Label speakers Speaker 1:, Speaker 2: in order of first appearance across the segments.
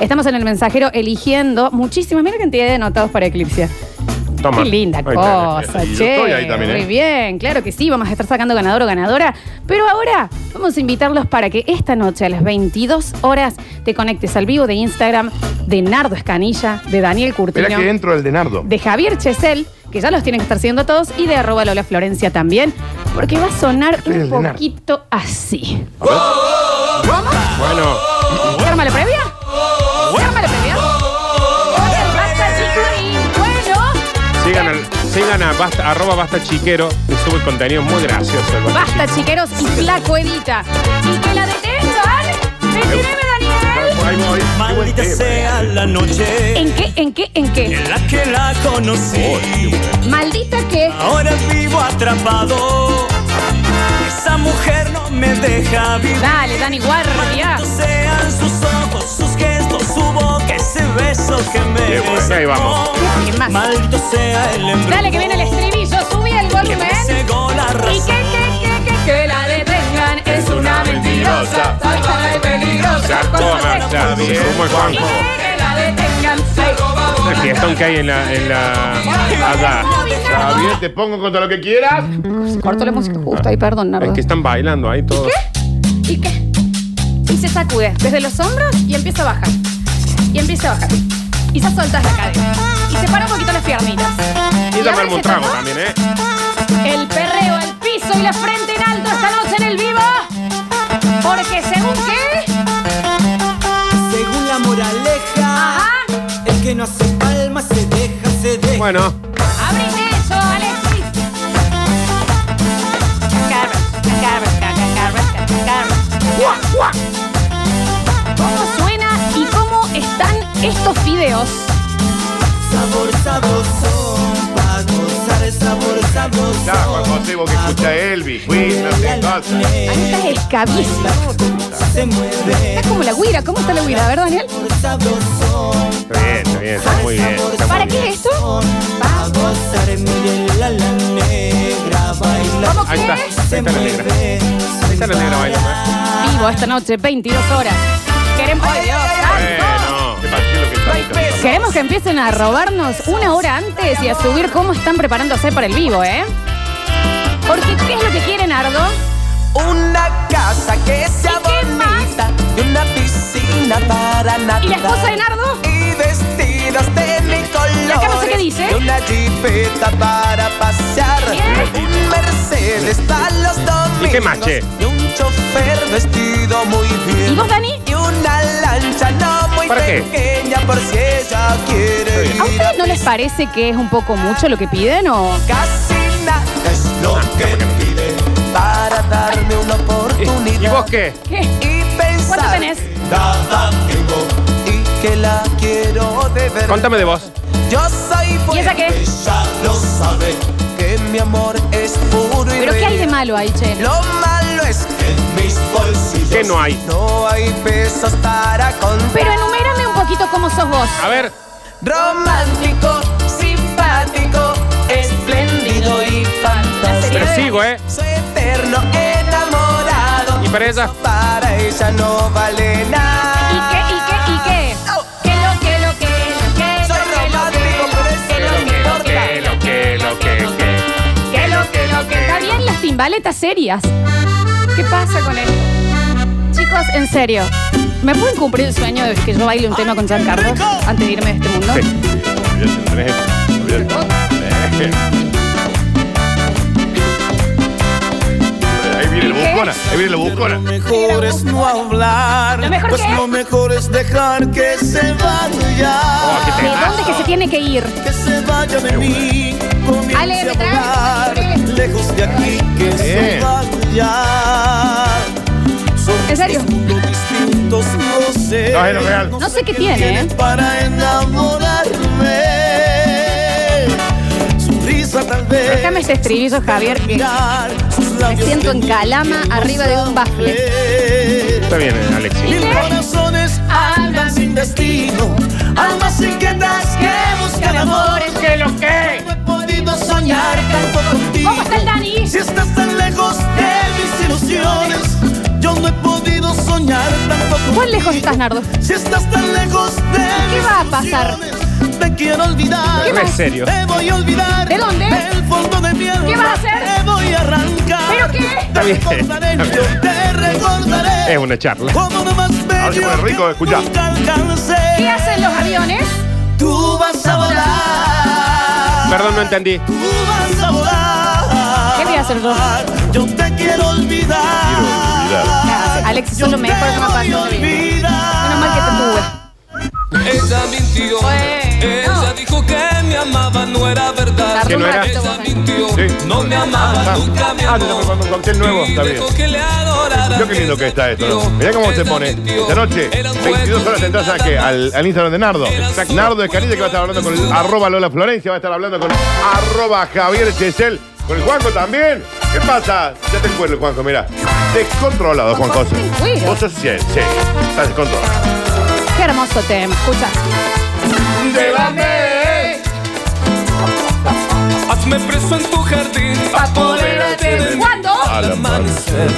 Speaker 1: Estamos en el mensajero eligiendo muchísimas. Mira la cantidad de anotados para Eclipse.
Speaker 2: Toma.
Speaker 1: Qué linda
Speaker 2: Ahí
Speaker 1: cosa,
Speaker 2: tenés. Y yo
Speaker 1: che.
Speaker 2: Estoy ahí también, ¿eh?
Speaker 1: Muy bien, claro que sí. Vamos a estar sacando ganador o ganadora. Pero ahora vamos a invitarlos para que esta noche a las 22 horas te conectes al vivo de Instagram de Nardo Escanilla, de Daniel Curtino,
Speaker 2: Espera que entro el de Nardo.
Speaker 1: de Javier Chesel, que ya los tienen que estar siguiendo todos, y de arroba Lola Florencia también, porque va a sonar
Speaker 2: Espera,
Speaker 1: un
Speaker 2: el de Nardo.
Speaker 1: poquito así.
Speaker 2: A ver. Bueno,
Speaker 1: ¿Se arma la previa? ¿Se arma la previa? Oigan, basta, chicos, y bueno,
Speaker 2: sigan, al- sigan a basta, arroba basta chiquero, que sube contenido muy gracioso. el Basta
Speaker 1: basta,
Speaker 2: Chiquero.
Speaker 1: chiqueros, y flaco edita. Y que la detengan. Deteneme, Daniel.
Speaker 2: Ahí voy.
Speaker 3: Maldita
Speaker 2: Qué buen eh.
Speaker 3: sea la noche
Speaker 1: ¿En qué, en qué, en qué?
Speaker 3: en la que la conocí.
Speaker 1: Maldita que.
Speaker 3: Ahora vivo atrapado. Esa mujer no me deja vivir.
Speaker 1: Dale, Dani Guardia.
Speaker 3: Malditos sean sus ojos, sus gestos, su boca, ese beso que me
Speaker 2: Qué bueno, ahí vamos.
Speaker 3: besó.
Speaker 1: ¿Qué más?
Speaker 3: Maldito sea el embrujo
Speaker 1: Dale, que viene el estribillo. Subí el
Speaker 3: que me
Speaker 1: volumen.
Speaker 3: cegó la
Speaker 1: Y que,
Speaker 3: razón.
Speaker 1: que, que, que, que la detengan. Es una mentirosa. Salta y peligrosa.
Speaker 2: Ya toma, ya, bien. ¿Cómo es
Speaker 1: Y
Speaker 2: Juanjo?
Speaker 1: que la detengan. Ay.
Speaker 2: La fiestón que hay en la... En la allá. Javier, te pongo contra lo que quieras.
Speaker 1: Corto la música justo ahí, perdón, Nardo.
Speaker 2: Es que están bailando ahí todos.
Speaker 1: ¿Y qué? Y se sacude desde los hombros y empieza a bajar. Y empieza a bajar. Y ya soltas la cadera. Y separa un poquito las piernitas.
Speaker 2: Y
Speaker 1: abre
Speaker 2: tomarme un
Speaker 1: ese
Speaker 2: trago
Speaker 1: tacón.
Speaker 2: también, ¿eh?
Speaker 1: El perreo al piso y la frente en alto esta noche en el vivo. Porque según qué.
Speaker 4: Según la moraleja,
Speaker 1: Ajá.
Speaker 4: el que no hace palma se deja, se deja.
Speaker 2: Bueno,
Speaker 1: Abre eso, Alexis. Cabra, cabra, cabra, cabra, cabra. Guau, guau. ¿Cómo suena y cómo están estos fideos?
Speaker 4: Sabor sabrosón, pa' gozar sabor sabrosón.
Speaker 2: ya, Juan José, vos que escucha Elvis, Queen, no sé cosas.
Speaker 1: Anita es el cabeza.
Speaker 4: Se mueve,
Speaker 1: Está como la guira. ¿Cómo está la guira? A ver, Daniel.
Speaker 4: sabor sabrosón,
Speaker 2: Está bien, está bien, está muy bien. está muy
Speaker 1: ¿Para
Speaker 2: bien.
Speaker 1: qué es esto?
Speaker 4: pa' gozar mire la la negra baila.
Speaker 1: ¿Cómo
Speaker 2: Ahí está, ahí
Speaker 1: que?
Speaker 2: está la negra. Ahí está la negra bailando. ¿eh?
Speaker 1: Vivo esta noche, 22 horas. Queremos, ¡Ay, Dios santo!
Speaker 2: Bueno, qué partido que está ahí.
Speaker 1: Queremos que empiecen a robarnos una hora antes y a subir cómo están preparándose para el vivo, ¿eh? Porque, ¿qué es lo que quieren, Ardo?
Speaker 5: Una casa que sea
Speaker 1: ¿Y qué más?
Speaker 5: bonita y una piscina para nadar.
Speaker 1: ¿Y la esposa de Nardo?
Speaker 5: Y vestidas de mi color.
Speaker 1: acá no sé qué dice.
Speaker 5: Y una jipeta para pasear.
Speaker 1: ¿Qué?
Speaker 5: Un Mercedes para los
Speaker 2: ¿Y
Speaker 5: domingos.
Speaker 2: qué más, che?
Speaker 5: Y un chofer vestido muy bien.
Speaker 1: ¿Y vos, Dani?
Speaker 5: Y una lancha no muy
Speaker 2: ¿Para qué?
Speaker 5: pequeña por si ella quiere
Speaker 1: ¿A
Speaker 5: ir a
Speaker 1: ustedes no les parece que es un poco mucho lo que piden o...?
Speaker 5: Casi nada es
Speaker 2: Ah,
Speaker 5: lo que pide para darme una oportunidad.
Speaker 2: Eh, ¿Y vos qué?
Speaker 1: ¿Qué?
Speaker 5: y pensar
Speaker 1: ¿Cuánto tenés?
Speaker 5: nada tengo y que la quiero de ver.
Speaker 2: Contame de vos.
Speaker 5: Yo soy
Speaker 1: ¿Y esa qué?
Speaker 5: Ella lo sabe que mi amor es puro y
Speaker 1: ¿Pero qué hay de
Speaker 5: real.
Speaker 1: malo ahí, che?
Speaker 5: Lo malo es que en mis bolsillos
Speaker 2: ¿Qué no hay?
Speaker 5: no hay pesos para contar.
Speaker 1: Pero enumérame un poquito cómo sos vos.
Speaker 2: A ver,
Speaker 5: Romántico, simpático, espléndido y fantástico.
Speaker 2: pero sigo, ¿eh?
Speaker 5: Soy eterno enamorado.
Speaker 2: ¿Y para ella?
Speaker 5: Para ella no vale
Speaker 1: ¿Y
Speaker 5: nada.
Speaker 1: qué, y qué, y qué? ¿Qué lo que, lo que, lo que?
Speaker 5: Soy romántico, pero es
Speaker 1: ¿Qué lo que, lo que?
Speaker 2: lo que, lo que, lo que.
Speaker 1: ¿Qué lo que, lo que? Está bien las timbaletas serias. ¿Qué pasa con esto? Chicos, en serio. ¿Me pueden cumplir el sueño de que yo baile un tema con San Carlos antes de irme de este mundo?
Speaker 2: Sí. Olvídate, Andrés. Olvídate. Eh. Ahí viene la
Speaker 1: ¿Y qué?
Speaker 2: buscona, ahí viene la buscona.
Speaker 3: Mejor es no hablar.
Speaker 1: ¿Lo mejor
Speaker 3: pues
Speaker 1: qué?
Speaker 3: lo mejor es dejar que se
Speaker 2: Oh,
Speaker 3: vaya.
Speaker 2: qué
Speaker 1: ¿De dónde es que se tiene que ir?
Speaker 3: Que se vaya de mí.
Speaker 1: Ale,
Speaker 3: Comience
Speaker 1: me
Speaker 3: a
Speaker 1: traes,
Speaker 3: volar.
Speaker 1: me
Speaker 3: Lejos de aquí que se
Speaker 2: Bien.
Speaker 3: vaya. Somos
Speaker 1: ¿En serio?
Speaker 3: dos mundos distintos, no sé.
Speaker 2: No, es lo real.
Speaker 1: No sé qué tiene, ¿eh?
Speaker 3: Para enamorarme. Su risa tal vez.
Speaker 1: Déjame este estribillo, Javier, que me siento en Calama, arriba de un bafle.
Speaker 2: Está bien, eh, Alexis.
Speaker 1: qué?
Speaker 3: corazones andan sin destino, almas inquietas que buscan amores.
Speaker 2: ¿Qué lo que?
Speaker 3: No he podido soñar tanto contigo.
Speaker 1: ¿Cómo está el Dani?
Speaker 3: Si estás tan lejos de mis ilusiones, yo no he podido soñar tanto
Speaker 1: ¿Cuán lejos estás, Nardo?
Speaker 3: Si estás tan lejos de
Speaker 1: ¿Qué
Speaker 3: mis
Speaker 1: va a pasar?
Speaker 3: ilusiones, Te quiero olvidar.
Speaker 1: ¿Qué va-
Speaker 2: Re serio.
Speaker 3: Te voy a olvidar.
Speaker 1: ¿De dónde?
Speaker 3: Del fondo de mi alma.
Speaker 1: ¿Qué vas a hacer?
Speaker 3: Te voy a arrancar.
Speaker 1: ¿Pero qué?
Speaker 2: Está
Speaker 3: Te
Speaker 2: bien.
Speaker 3: recordaré,
Speaker 2: Está bien.
Speaker 3: yo te recordaré.
Speaker 2: Es una charla.
Speaker 3: Como lo más
Speaker 2: Ahora se
Speaker 3: bello
Speaker 2: pone rico,
Speaker 3: que
Speaker 2: escuchá.
Speaker 3: nunca alcancé.
Speaker 1: ¿Qué hacen los aviones?
Speaker 3: Tú vas a volar.
Speaker 2: Perdón, no entendí.
Speaker 3: Tú vas a volar.
Speaker 1: ¿Qué voy a hacer yo?
Speaker 3: Yo te quiero olvidar.
Speaker 2: Quiero
Speaker 5: Ah,
Speaker 1: olvidar. Alexis,
Speaker 3: Yo
Speaker 1: solo me
Speaker 3: te
Speaker 1: dejo el mapa,
Speaker 3: voy a
Speaker 1: no olvido.
Speaker 3: olvidar.
Speaker 1: Menos mal que te
Speaker 6: Ella mintió.
Speaker 1: Bueno.
Speaker 6: Ella dijo que me amaba, no era verdad.
Speaker 2: ¿Que no era?
Speaker 6: Ella mintió.
Speaker 2: Sí.
Speaker 6: No me amaba,
Speaker 2: Ah,
Speaker 6: nunca me
Speaker 2: ah, te
Speaker 6: amó.
Speaker 2: estamos tomando un cóctel nuevo,
Speaker 6: Y
Speaker 2: está bien.
Speaker 6: dejó que le adorara.
Speaker 2: Mirá qué lindo que está esto, ¿no?
Speaker 6: Ella
Speaker 2: Mirá cómo se pone.
Speaker 6: mintió.
Speaker 2: Esta noche,
Speaker 6: Era un
Speaker 2: 22
Speaker 6: cuento
Speaker 2: horas te entras a qué? Al, al Instagram de Nardo.
Speaker 6: Exacto.
Speaker 2: Nardo de Escanilla que va a estar hablando con el arroba Lola Florencia, va a estar hablando con arroba Javier Chesel, con el Juanjo también. ¿Qué pasa? Ya te encuentro, Juanjo, mira. Descontrolado, Juanjo.
Speaker 1: Te encuero.
Speaker 2: Vos sos sí, sí. Estás descontrolado.
Speaker 1: tuve. Qué hermoso tema. Escucha.
Speaker 6: Llévame. Hazme preso en tu jardín. Pa' poder hacerte de mí
Speaker 1: ¿Cuándo?
Speaker 2: A
Speaker 6: al
Speaker 2: Ah, la madre.
Speaker 6: amanecer.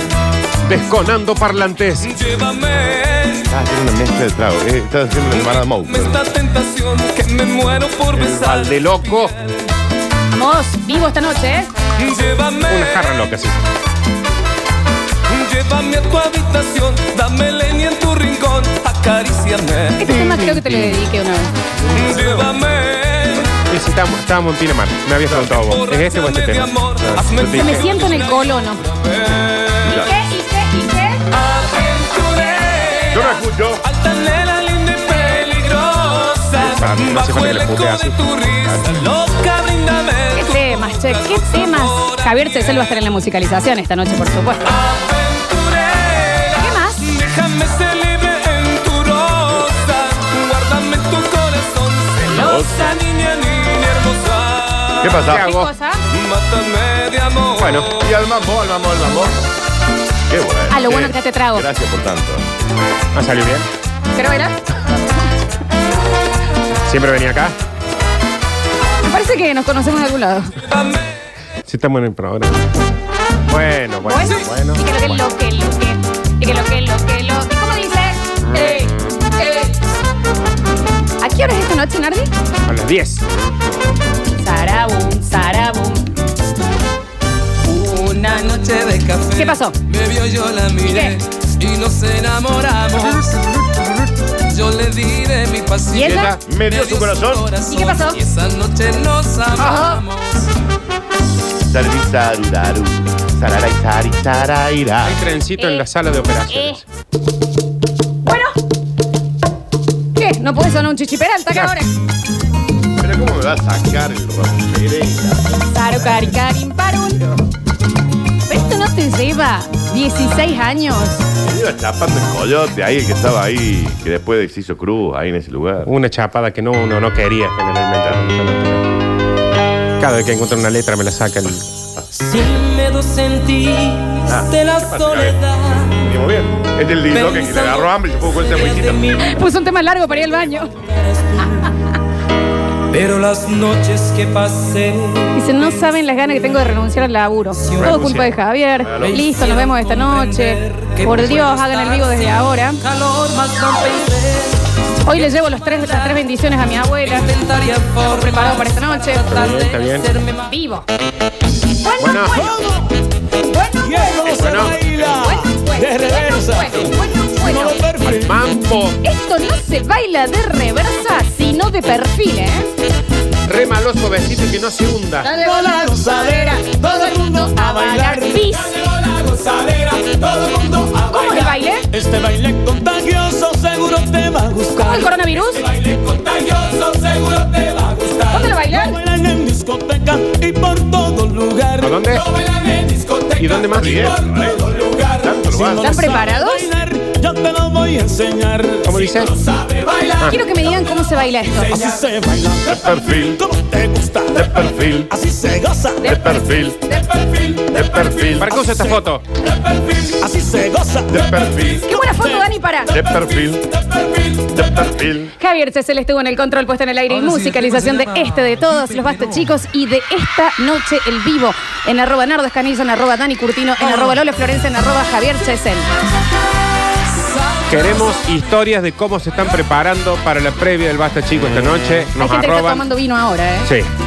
Speaker 2: Desconando parlantes.
Speaker 6: Llévame.
Speaker 2: Estás haciendo una mezcla de trago. eh. Estás haciendo una hermana Mou.
Speaker 6: Me Esta tentación que me muero por besar.
Speaker 2: Al de loco.
Speaker 1: Vamos, vivo esta noche, ¿eh?
Speaker 6: Llévame.
Speaker 2: Una jarra loca, sí.
Speaker 6: Llévame a tu habitación, dame leña en tu rincón, acaríciame.
Speaker 1: Este tema creo que te lo dediqué una vez.
Speaker 6: Llévame,
Speaker 2: Sí, sí, estábamos, estábamos en Pinamar. Me habías preguntado vos. ¿Es este o este
Speaker 6: Borrachame de
Speaker 2: tema?
Speaker 6: amor.
Speaker 2: No,
Speaker 6: Hazme
Speaker 2: yo te
Speaker 1: Que me
Speaker 2: dije.
Speaker 1: siento en el colono. ¿Y qué? ¿Y qué? ¿Y qué?
Speaker 6: aventurera.
Speaker 2: Yo no escucho.
Speaker 6: Altanera, linda y peligrosa.
Speaker 2: Para mí no hace
Speaker 6: Bajo
Speaker 2: falta
Speaker 6: el
Speaker 2: que le
Speaker 6: eco
Speaker 2: putea así.
Speaker 6: de tu risa, loca, brindame
Speaker 1: ¿Qué
Speaker 6: tu
Speaker 1: temas, che? ¿Qué temas? Javier Cecel va a estar en la musicalización esta noche, por supuesto.
Speaker 6: aventurera.
Speaker 1: ¿Qué más?
Speaker 6: Déjame ser libre en tu rosa, guárdame en tu corazón, celosa niña, niña hermosa.
Speaker 2: ¿Qué
Speaker 1: ¿Qué
Speaker 2: pasa?
Speaker 1: cosa?
Speaker 6: Mátame de amor.
Speaker 2: Bueno, y al mambo, al mambo, al mambo. Qué bueno.
Speaker 1: A Ah, lo bueno
Speaker 2: Sí.
Speaker 1: que te trago.
Speaker 2: Gracias por tanto. ¿Ha salido bien?
Speaker 1: Pero era.
Speaker 2: ¿Siempre venía acá?
Speaker 1: Me parece que nos conocemos de algún lado.
Speaker 6: Llévame.
Speaker 2: Sí, estamos en el programa. Bueno, bueno,
Speaker 1: Bueno,
Speaker 2: bueno.
Speaker 1: Pues Y que lo que lo que lo que. Y que lo que lo que lo que. ¿Cómo dice? Eh, eh. ¿A qué hora es esta noche, Nardi?
Speaker 2: A las 10.
Speaker 1: Sarabum, sarabum.
Speaker 6: Una noche de café.
Speaker 1: ¿Qué pasó?
Speaker 6: Me vio, yo la miré y nos enamoramos. Yo le di de mi pasión.
Speaker 1: ¿Y ella?
Speaker 2: Me dio su corazón.
Speaker 1: ¿Y qué pasó?
Speaker 6: Y esa noche nos amamos.
Speaker 2: Sarisaruraru. Sararai, sarisaraira. Hay trencito
Speaker 1: Eh,
Speaker 2: en la sala de operaciones.
Speaker 1: Bueno. ¿Qué? ¿No puede sonar un chichiperal? Está ahora.
Speaker 2: Pero ¿cómo me va a sacar el rompereira?
Speaker 1: Saro, cari, carim, parun. Pero esto no te lleva 16 años.
Speaker 2: Me iba chapando el coyote ahí, el que estaba ahí, que después se hizo cruz ahí en ese lugar.
Speaker 7: Una chapada que no, uno no quería generalmente. Cada vez que encuentro una letra me la sacan.
Speaker 4: Sin miedo sentí de la soledad.
Speaker 2: Muy bien. Este es el dildo que le agarró hambre Ah, y se puso con esa
Speaker 4: Ríete de
Speaker 2: muñequita.
Speaker 4: mí,
Speaker 1: Puso un tema largo para ir al baño.
Speaker 4: Pero las noches que pasé
Speaker 1: Dice, no saben las ganas que tengo de renunciar al laburo. Todo culpa de Javier. Listo, nos vemos esta noche. Por Dios, hagan el vivo desde ahora.
Speaker 4: calor más no pensé.
Speaker 1: Hoy le llevo los tres, las tres bendiciones a mi abuela.
Speaker 4: Intentaría formar
Speaker 1: Preparado para esta noche.
Speaker 4: tratar
Speaker 7: Está
Speaker 4: de
Speaker 7: bien, está
Speaker 4: hacerme más.
Speaker 1: Vivo.
Speaker 2: Bueno,
Speaker 3: Diego se baila. De reversa.
Speaker 1: bueno, bueno.
Speaker 2: al mambo.
Speaker 1: Esto no se baila de reversa, sino de perfil, ¿eh?
Speaker 7: Re maloso besito y que no se hunda.
Speaker 3: Llegó la gozadera, todo el mundo a bailar.
Speaker 1: Bis. ¿Cómo es el baile?
Speaker 3: Este baile contagioso seguro te va a
Speaker 1: ¿Cómo
Speaker 3: gustar. Este
Speaker 1: el coronavirus? ¿Dónde lo bailan?
Speaker 3: Bailan en discoteca y por todo lugar.
Speaker 7: ¿A dónde? ¿Y dónde más?
Speaker 2: Bien, ¿vale? Tanto lo vas.
Speaker 1: ¿Están preparados?
Speaker 3: Bailar, yo te lo voy a enseñar.
Speaker 7: ¿Cómo dice?
Speaker 1: Quiero que me digan cómo se baila esto.
Speaker 3: Así se baila
Speaker 2: De perfil,
Speaker 3: como te gusta.
Speaker 2: de perfil,
Speaker 3: Así se goza,
Speaker 2: de perfil,
Speaker 1: De perfil.
Speaker 2: de perfil,
Speaker 7: ¿Para qué usa esta foto?
Speaker 3: así se goza.
Speaker 2: de perfil,
Speaker 1: Qué buena foto, Dani, para.
Speaker 2: de perfil, de perfil.
Speaker 1: Javier Cecel estuvo en el control puesto en el aire y musicalización de este, de todos los bastos chicos y de esta noche el vivo en arroba Nardo Escanilla, en arroba Dani Curtino, en arroba Lola Florencia, en arroba Javier Cecel.
Speaker 7: Queremos historias de cómo se están preparando para la previa del Basta Chico esta noche.
Speaker 1: Hay
Speaker 7: Nos
Speaker 1: gente que está
Speaker 7: arroban.
Speaker 1: tomando vino ahora, ¿eh?
Speaker 7: Sí,